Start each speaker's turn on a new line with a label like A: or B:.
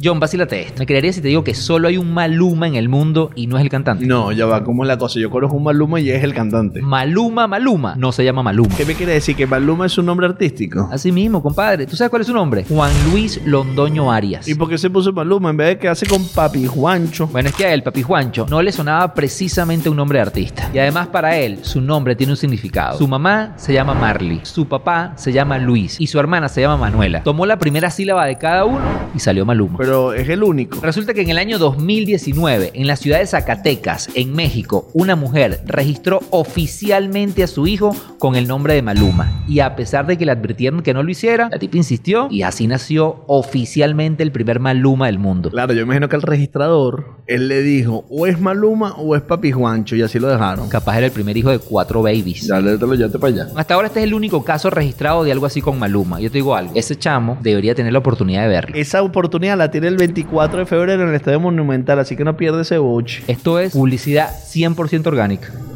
A: John, vacílate esto. Me creería si te digo que solo hay un Maluma en el mundo y no es el cantante.
B: No, ya va, ¿cómo es la cosa? Yo conozco un Maluma y es el cantante.
A: Maluma, Maluma. No se llama Maluma.
B: ¿Qué me quiere decir? ¿Que Maluma es un nombre artístico?
A: Así mismo, compadre. ¿Tú sabes cuál es su nombre? Juan Luis Londoño Arias.
B: ¿Y por qué se puso Maluma en vez de quedarse con Papi Juancho?
A: Bueno, es que a él, Papi Juancho, no le sonaba precisamente un nombre de artista. Y además para él, su nombre tiene un significado. Su mamá se llama Marley, su papá se llama Luis y su hermana se llama Manuela. Tomó la primera sílaba de cada uno y salió Maluma.
B: Pero es el único.
A: Resulta que en el año 2019, en la ciudad de Zacatecas, en México, una mujer registró oficialmente a su hijo con el nombre de Maluma. Y a pesar de que le advirtieron que no lo hiciera, la tipa insistió y así nació oficialmente el primer Maluma del mundo.
B: Claro, yo imagino que al registrador, él le dijo, o es Maluma o es Papi Juancho, y así lo dejaron.
A: Capaz era el primer hijo de cuatro babies.
B: Ya, le lo llevaste para allá.
A: Hasta ahora este es el único caso registrado de algo así con Maluma. Yo te digo algo, ese chamo debería tener la oportunidad de verlo.
B: Esa oportunidad la tiene el 24 de febrero en el Estadio Monumental, así que no pierde ese boche.
A: Esto es publicidad 100% orgánica.